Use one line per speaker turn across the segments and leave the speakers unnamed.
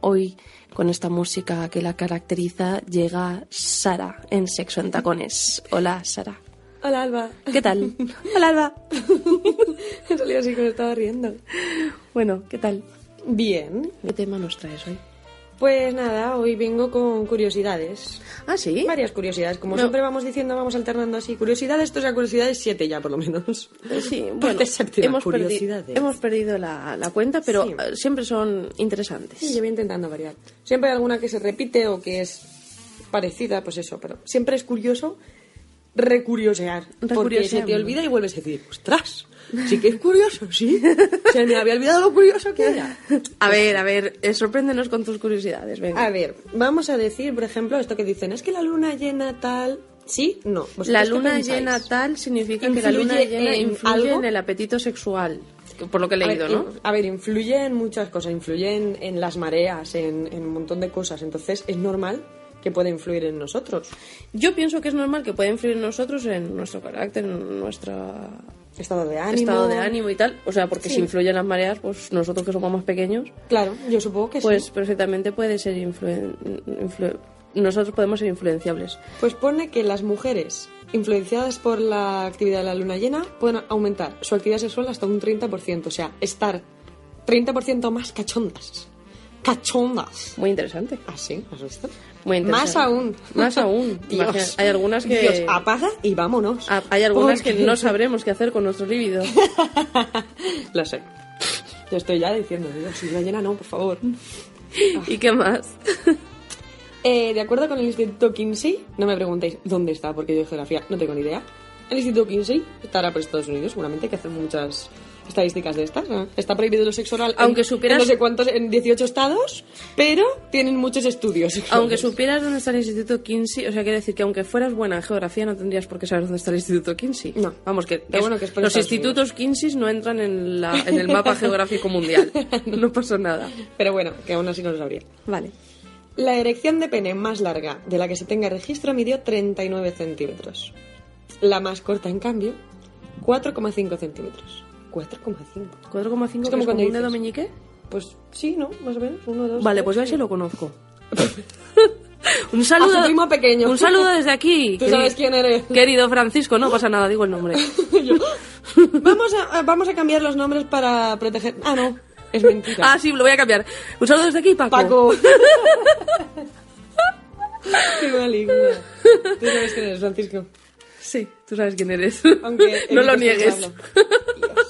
Hoy, con esta música que la caracteriza, llega Sara en Sexo en Tacones. Hola, Sara.
Hola Alba.
¿Qué tal? Hola, Alba.
En realidad sí que me estaba riendo.
Bueno, ¿qué tal?
Bien.
¿Qué tema nos traes hoy?
Pues nada, hoy vengo con curiosidades.
Ah, sí.
Varias curiosidades. Como
No.
siempre vamos diciendo, vamos alternando así. Curiosidades, esto sea curiosidades 7 ya por lo menos.
Eh, Pues Sí, bueno,
Parte séptima,
hemos, perdi-
curiosidades.
hemos perdido la, la cuenta, pero
Sí.
eh, siempre son interesantes.
Sí, yo voy intentando variar. Siempre hay alguna que se repite o que es parecida, pues eso, pero siempre es curioso recuriosear. Porque
Recuriosear.
se te olvida y vuelves a decir, ostras, sí que es curioso, sí. Se me había olvidado lo curioso que era.
A ver, a ver, eh, sorpréndenos con tus curiosidades, venga.
A ver, vamos a decir, por ejemplo, esto que dicen, es que la luna llena tal... ¿Sí? No. ¿Vosotros
La
pues, qué
luna
pensáis?
llena tal significa que la
¿Influye
luna llena
en
influye
algo?
en el apetito sexual, que- por lo que he
A
leído,
ver, eh,
¿no?
in- a ver, influye en muchas cosas, influye en, en las mareas, en, en un montón de cosas, entonces es normal que pueda influir en nosotros.
Yo pienso que es normal que pueda influir en nosotros, en nuestro carácter, en nuestro
Estado de ánimo.
estado de ánimo y tal. O sea, porque si
Sí.
influyen las mareas, pues nosotros que somos más pequeños,
Claro, yo supongo que
pues
sí.
perfectamente puede ser influen... influ- Nosotros podemos ser influenciables.
Pues pone que las mujeres influenciadas por la actividad de la luna llena pueden aumentar su actividad sexual hasta un 30%, o sea, estar 30% más cachondas. Cachondas.
Muy interesante.
Así, ¿Ah, ¿has visto?
Muy interesante.
Más aún.
Más aún.
Dios.
Imagina- hay algunas que-
Dios, apaga y vámonos.
Ah, Hay algunas
Porque-
que no sabremos qué hacer con nuestro líbido.
Lo sé. Yo estoy ya diciendo, Dios, si luna llena no, por favor.
¿Y qué más?
Eh, de acuerdo con el Instituto Kinsey, no me preguntéis dónde está, porque yo de geografía no tengo ni idea. El Instituto Kinsey estará por Estados Unidos, seguramente, que hacen muchas estadísticas de estas. ¿no? Está prohibido lo sexual en-
Aunque supieras-
en no sé cuántos, en 18 estados, pero tienen muchos estudios.
Aunque
sexuales.
supieras dónde está el Instituto Kinsey, o sea, quiere decir que aunque fueras buena en geografía no tendrías por qué saber dónde está el Instituto Kinsey.
No.
Vamos, que,
Lo bueno que es por
los
Estados
institutos Kinsey no entran en, la- en el mapa geográfico mundial. No pasa nada.
Pero bueno, que aún así no lo sabría.
Vale.
La erección de pene más larga de la que se tenga registro midió 39 centímetros. La más corta, en cambio, 4,5 centímetros. 4,5.
4,5
Es
que
como
es como
cuando
un dedo
dices.
meñique.
Pues sí, ¿no? Más o menos. Uno, dos.
Vale,
tres,
pues yo
sí.
ese lo conozco. un saludo
A su primo pequeño.
Un saludo desde aquí.
Tú sabes quién eres.
Querido Francisco, no pasa nada, digo el nombre.
Vamos a, a- vamos a cambiar los nombres para proteger. Ah, no. Es mentira.
Ah, sí, lo voy a cambiar. Un saludo desde aquí, Paco.
Paco. Qué maligno. Tú sabes quién eres, Francisco.
Sí, tú sabes quién eres.
Aunque
no lo
evites
niegues.
escucharlo.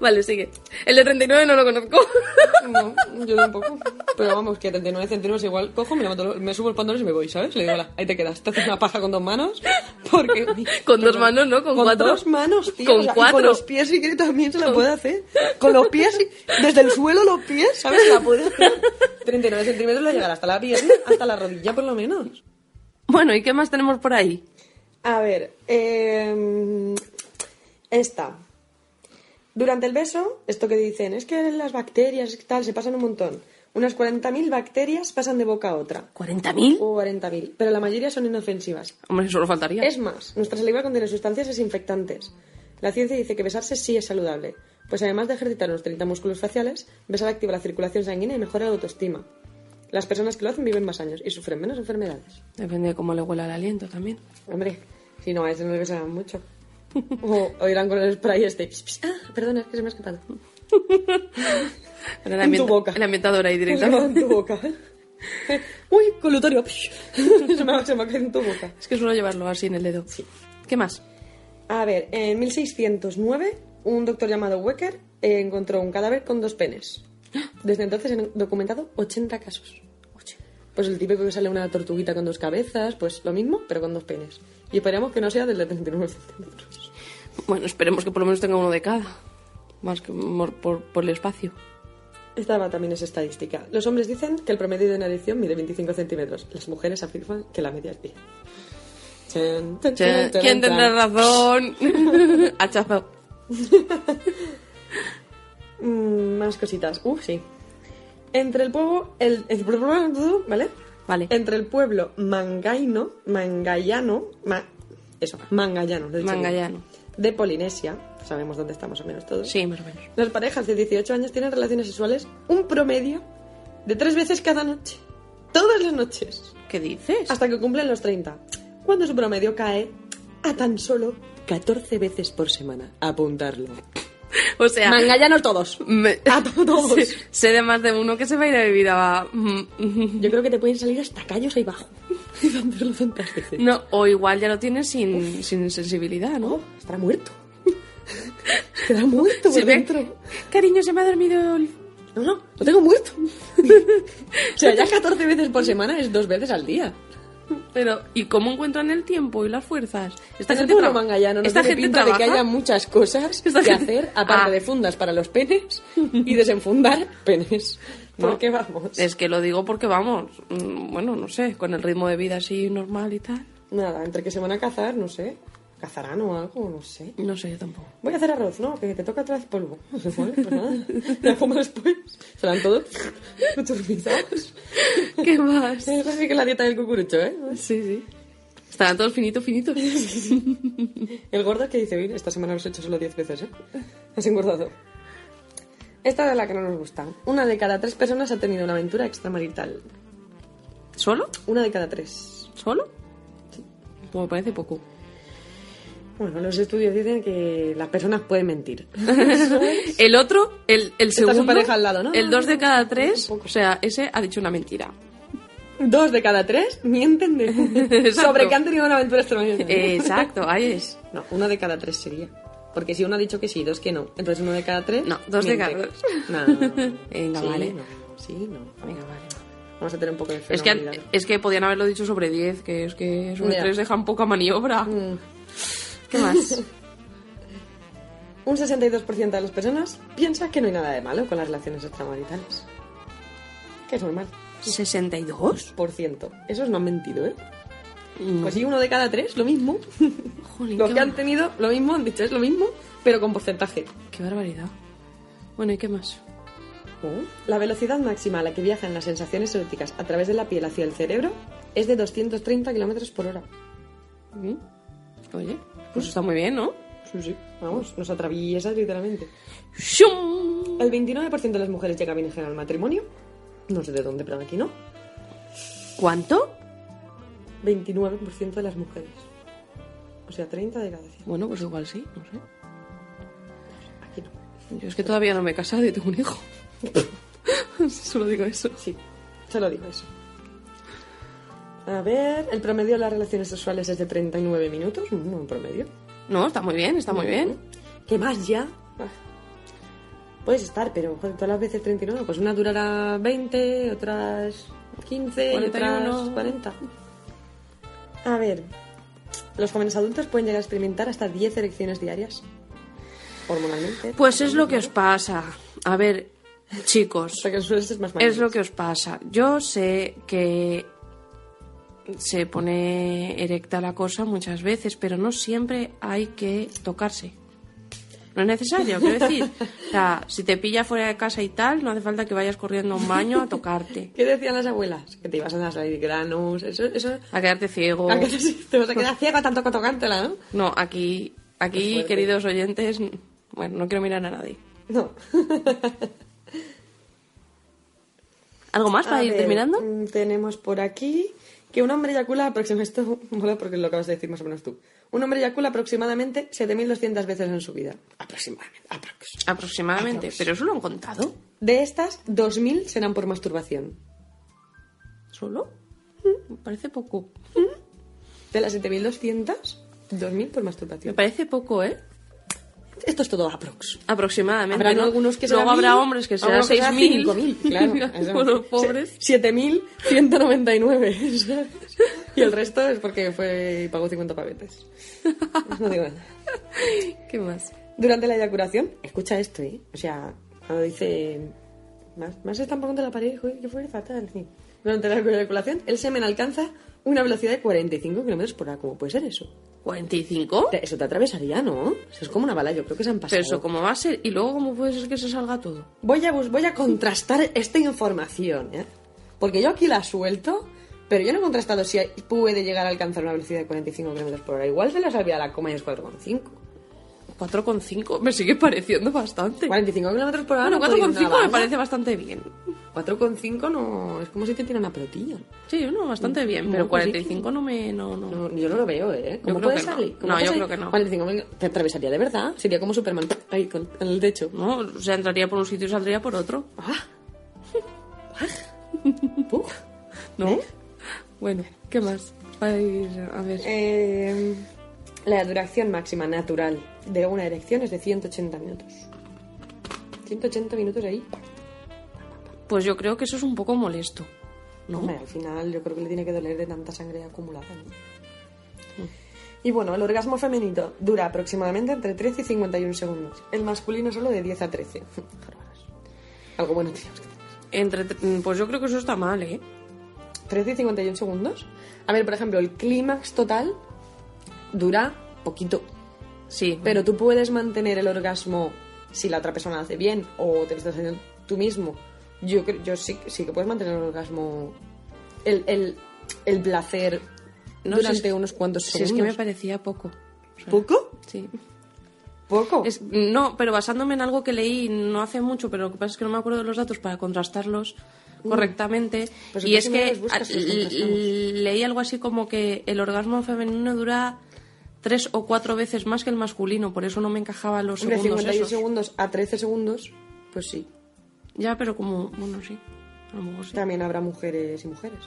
Vale, sigue. El de 39 no lo conozco.
No, yo tampoco. Pero vamos, que 39 centímetros igual cojo, me, levanto, los- me subo el pantalón y me voy, ¿sabes? Le digo, "Hola, ahí te quedas. Te haces una paja con dos manos. Porque.
Con dos manos, ¿no? Con cuatro.
dos manos, tío.
Con
o sea, y
cuatro.
Con los pies, si quiere, también se la puede hacer. Con los pies, y- desde el suelo, los pies, ¿sabes? Se la puede hacer. 39 centímetros le llegará hasta la pierna, hasta la rodilla, por lo menos.
Bueno, ¿y qué más tenemos por ahí?
A ver, eh, esta. Durante el beso, esto que dicen, es que las bacterias y tal se pasan un montón. Unas 40.000 bacterias pasan de boca a otra.
¿40.000?
O 40.000, pero la mayoría son inofensivas.
Hombre, solo faltaría.
Es más, nuestra saliva contiene sustancias desinfectantes. La ciencia dice que besarse sí es saludable, pues además de ejercitar los 30 músculos faciales, besar activa la circulación sanguínea y mejora la autoestima. Las personas que lo hacen viven más años y sufren menos enfermedades.
Depende de cómo le huela el aliento también.
Hombre, si no, a eso no le besarán mucho. O, o irán con el spray este. Psh, psh, ah, perdona, es que se me ha escapado.
Pero el
En tu
ambienta-
boca.
El ambientador ahí
En
directamente.
tu boca. Uy, colutorio. psh. se, me, ha- se me ha caído en tu boca.
Es que suelo llevarlo así en el dedo. ¿Qué más?
A ver, en 1609, un doctor llamado Wecker eh, encontró un cadáver con dos penes. Desde entonces han documentado 80 casos. Pues el típico que sale una tortuguita con dos cabezas, pues lo mismo, pero con dos penes. Y esperamos que no sea del de 39 centímetros.
Bueno, esperemos que por lo menos tenga uno de cada. Más que por, por- por el espacio.
Esta también es estadística. Los hombres dicen que el promedio de una erección mide 25 centímetros. Las mujeres afirman que la media es 10. Chan, chan,
Che,
chan, chan,
¿Quién tendrá
chan.
razón? Hachazo.
Mm, más cositas. Uh, sí. Entre el pueblo... El, el- ¿Vale?
Vale.
Entre el pueblo mangaino, mangayano... ma- eso, mangayano. lo he dicho bien.
Mangayano.
De Polinesia. Sabemos dónde estamos o menos todos.
Sí, más o menos.
Las parejas de 18 años tienen relaciones sexuales un promedio de tres veces cada noche. Todas las noches.
¿Qué dices?
Hasta que cumplen los 30. Cuando su promedio cae a tan solo 14 veces por semana. Apuntarlo.
O sea,
Mangayanos todos.
me-
A todos.
sé, sé de más de uno que se va a ir a vivir a...
Yo creo que te pueden salir hasta callos ahí bajo. Y hacerlo tantas veces.
No, o igual ya lo tienes sin, sin sensibilidad, ¿no?
No, estará muerto. Estará muerto
Se
por
ve-
dentro.
Cariño, se me ha dormido el...
No, no, lo tengo muerto. o sea, ya 14 veces por semana es dos veces al día.
Pero, ¿y cómo encuentran el tiempo y las fuerzas?
Esta gente pueblo
traba-
mangallano no
esta
tiene
gente
pinta
trabaja.
de que haya muchas cosas
Esta
que
gente-
hacer aparte
Ah.
de fundas para los penes y desenfundar penes. Eh,
No.
Porque vamos.
Es que lo digo porque vamos, mm, bueno, no sé, con el ritmo de vida así normal y tal.
Nada, entre que se van a cazar, no sé. Cazarán o algo, no sé.
No sé, yo tampoco.
Voy a hacer arroz, ¿no? Que te toca otra vez polvo. No se pone, pues nada. La como después. Serán todos cuchurrizados.
¿Qué más?
Es así que la dieta del cucurucho, ¿eh?
Sí, sí. Estarán todos finitos, finitos.
El gordo es que dice, bien, esta semana lo has hecho solo 10 veces, ¿eh? Has engordado. Esta de la que no nos gusta. Una de cada tres personas ha tenido una aventura extramarital.
¿Solo?
Una de cada tres.
¿Solo? Pues me parece poco.
Bueno, los estudios dicen que las personas pueden mentir.
El otro, el, el
Está su
segundo.
pareja al lado, ¿no? Ah,
El dos de cada tres.
Tampoco.
O sea, ese ha dicho una mentira.
Dos de cada tres mienten de-
Exacto.
sobre que han tenido una aventura extramarital.
Eh, Exacto, ahí es.
No, una de cada tres sería. Porque si uno ha dicho que sí, dos que no. Entonces uno de cada tres.
No, dos de cada dos.
No, no, no.
Venga,
Sí,
vale.
no. Sí, no.
Venga, vale.
Vamos a tener un poco de
Es que,
fenomenalidad.
es que podían haberlo dicho sobre 10, que es que sobre
Ya.
3 dejan poca maniobra.
Mm.
¿Qué más?
Un 62% de las personas piensa que no hay nada de malo con las relaciones extramaritales. Que es normal.
¿62?
Por ciento. Esos no han mentido, ¿eh?
Mm.
Pues sí, uno de cada tres, lo mismo.
Jolín,
Los
qué
que han
bar-
tenido, lo mismo, han dicho, es lo mismo, pero con porcentaje.
qué barbaridad. Bueno, ¿y qué más?
La velocidad máxima a la que viajan las sensaciones eróticas a través de la piel hacia el cerebro es de 230 kilómetros por hora.
Mm. Oye, pues está muy bien, ¿no?
Sí, sí. Vamos, nos atraviesas literalmente.
¡Shum!
El 29% de las mujeres llega virgen al matrimonio. No sé de dónde, pero aquí no.
¿Cuánto?
29% de las mujeres. O sea, 30 de cada 100.
Bueno, pues igual sí, no sé.
Aquí no.
Yo es que todavía no me he casado y tengo un hijo. Solo digo eso.
Sí, solo digo eso. A ver, el promedio de las relaciones sexuales es de 39 minutos. Un buen promedio.
No, está muy bien, está muy bien.
¿Qué más ya? Ah. Puedes estar, pero joder, todas las veces 39. Pues una durará 20, otras 15, y
41.
otras 40. A ver, los jóvenes adultos pueden llegar a experimentar hasta 10 erecciones diarias. Hormonalmente.
Pues es lo que os pasa. A ver, chicos.
Hasta que sueles ser más
Es
mayores.
lo que os pasa. Yo sé que se pone erecta la cosa muchas veces, pero no siempre hay que tocarse. No es necesario, quiero decir. O sea, si te pilla fuera de casa y tal, no hace falta que vayas corriendo a un baño a tocarte,
¿Qué decían las abuelas? Que te ibas a salir granos. Eso. eso...
a quedarte ciego.
¿A qué te, te vas a quedar ciega tanto con tocártela, no?
No, aquí,
Qué
aquí,
fuerte.
queridos oyentes, n- bueno, no quiero mirar a nadie.
No.
¿Algo más para
A
ir
ver,
terminando?
mm, Tenemos por aquí que un hombre eyacula aproximadamente. Esto mola porque lo acabas de decir más o menos tú. Un hombre eyacula aproximadamente 7.200 veces en su vida. Aproximadamente. aprox.
Aproximadamente. ¿Pero eso lo han contado?
De estas, 2.000 serán por masturbación.
¿Solo? Me Mm, parece poco.
De las 7.200, 2.000
Me
por masturbación.
parece poco, ¿eh?
esto es todo aprox.
Aproximadamente.
Habrán
¿no?
algunos que
Luego
serán
habrá
mil,
hombres que serán
algunos
6.000.
que serán 5.000, claro.
Por los pobres.
7.199, ¿sabes? Y el resto es porque fue y pagó 50 pavetes. No digo nada.
¿Qué más?
Durante la eyaculación, escucha esto, ¿eh? O sea, cuando dice. Más, más están poniendo la pared, joder, que fue fatal. sí. Durante la eyaculación, el semen alcanza una velocidad de 45 kilómetros por hora. ¿Cómo puede ser eso?
¿45?
Te- Eso te atravesaría, ¿no? Eso es como una bala, yo creo que se han pasado.
Pero eso, ¿cómo va a ser? ¿Y luego cómo puede ser que se salga todo?
Voy a, bus- voy a contrastar esta información, ¿eh? Porque yo aquí la suelto, pero yo no he contrastado si hay- puede llegar a alcanzar una velocidad de 45 kilómetros por hora. Igual se la sabía la coma y es 4,5.
4,5 me sigue pareciendo bastante.
45 kilómetros por hora.
Bueno,
no puede ir una
4,5 me
bala.
parece bastante bien.
4,5 no. Es como si te tiran una pelotilla.
Sí, no, bastante bien,
No,
Mm, pero
pues sí.
45 no me... No, no.
No, yo no lo veo, ¿eh? ¿Cómo
creo
puede
que no.
salir? ¿Cómo
No,
puede
yo
salir?
creo que no.
45 te atravesaría de verdad. Sería como Superman. Ahí, con en el techo.
No, o sea, entraría por un sitio y saldría por otro.
¡Ah! ¡Ah! ¡Puf!
¿No?
¿Eh?
Bueno, ¿qué más? Ay, a ver.
Eh, la duración máxima natural de una erección es de 180 minutos. 180 minutos ahí.
Pues yo creo que eso es un poco molesto. ¿No?
Hombre, al final yo creo que le tiene que doler de tanta sangre acumulada. ¿no? Y bueno, el orgasmo femenino dura aproximadamente entre 13 y 51 segundos. El masculino solo de 10 a 13. Bárbaras. Algo bueno tenemos que tener.
Entre, pues yo creo que eso está mal, ¿eh?
13 y 51 segundos. A ver, por ejemplo, el clímax total dura poquito,
Sí.
Pero tú puedes mantener el orgasmo si la otra persona lo hace bien o te lo estás haciendo tú mismo. Yo, cre- yo sí, sí que puedes mantener el orgasmo, el, el, el placer
No,
durante
si es-
unos cuantos
si
segundos.
es que me parecía poco. O sea,
¿Poco?
Sí.
¿Poco?
Es- no, pero basándome en algo que leí no hace mucho, pero lo que pasa es que no me acuerdo de los datos para contrastarlos correctamente.
Pues
y es
entonces no
que
los buscas y los
a- l-
contrastamos.
leí algo así como que el orgasmo femenino dura tres o cuatro veces más que el masculino, por eso no me encajaba los
Hombre,
segundos
51
esos.
segundos a 13 segundos, pues sí.
Ya, pero como, bueno, sí. A lo mejor sí.
También habrá mujeres y mujeres.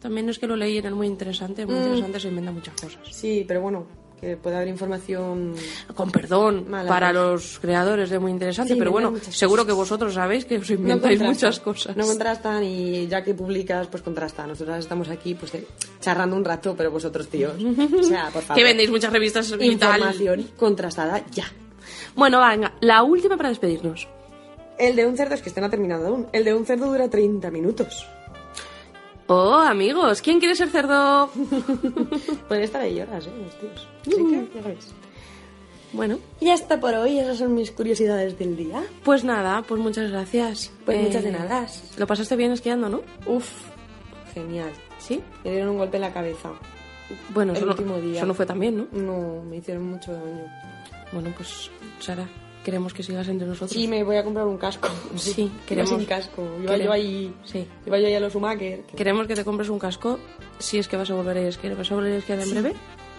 También es que lo leí, era muy interesante, muy interesante, se inventa muchas cosas.
Sí, pero bueno, que puede haber información...
Con perdón
Mala
para
cosa.
los creadores de muy interesante,
Sí,
pero bueno,
inventan muchas
seguro
cosas.
que vosotros sabéis que os
No
inventáis
contrastan.
muchas cosas.
No contrastan y ya que publicas, pues contrasta. Nosotras estamos aquí pues eh, charrando un rato, pero vosotros tíos. O sea, por favor.
que vendéis muchas revistas y tal.
información contrastada ya.
Bueno, venga, la última para despedirnos.
El de un cerdo, es que este no ha terminado aún. El de un cerdo dura 30 minutos.
Oh, amigos, ¿quién quiere ser cerdo?
Pueden estar ahí horas, eh, los tíos. Así que, ya sabéis.
bueno,
Y hasta por hoy, esas son mis curiosidades del día.
pues nada, pues muchas gracias. Eh,
Pues muchas de nada.
Lo pasaste bien esquiando, ¿no?
Uf, genial.
Sí.
Me dieron un golpe en la cabeza.
Bueno,
El
eso no,
último día.
eso no fue tan bien, ¿no?
No, me hicieron mucho daño.
Bueno, pues Sara, queremos que sigas entre nosotros.
Sí, me voy a comprar un casco.
Sí,
Iba
queremos-
sin casco. Iba
queremos-
yo ahí.
Sí.
Iba yo ahí a los Schumacher.
Queremos que te compres un casco si es que vas a volver a esquiar. ¿Vas a volver a esquiar en breve?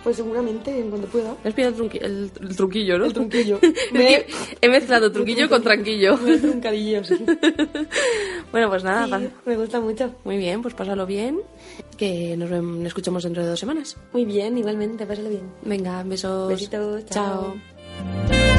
Pues seguramente en cuanto pueda.
Has pillado el, trunqui- el- el truquillo, ¿no?
El truquillo.
Es que he mezclado truquillo con tranquillo.
Me da truncadillo, sí.
Bueno, pues nada,
Sí,
pasa-
me gusta mucho.
muy bien, pues pásalo bien. Que nos vemos, nos escuchamos dentro de dos semanas.
Muy bien, igualmente, pásalo bien.
Venga, besos.
Besitos, chao.
chao.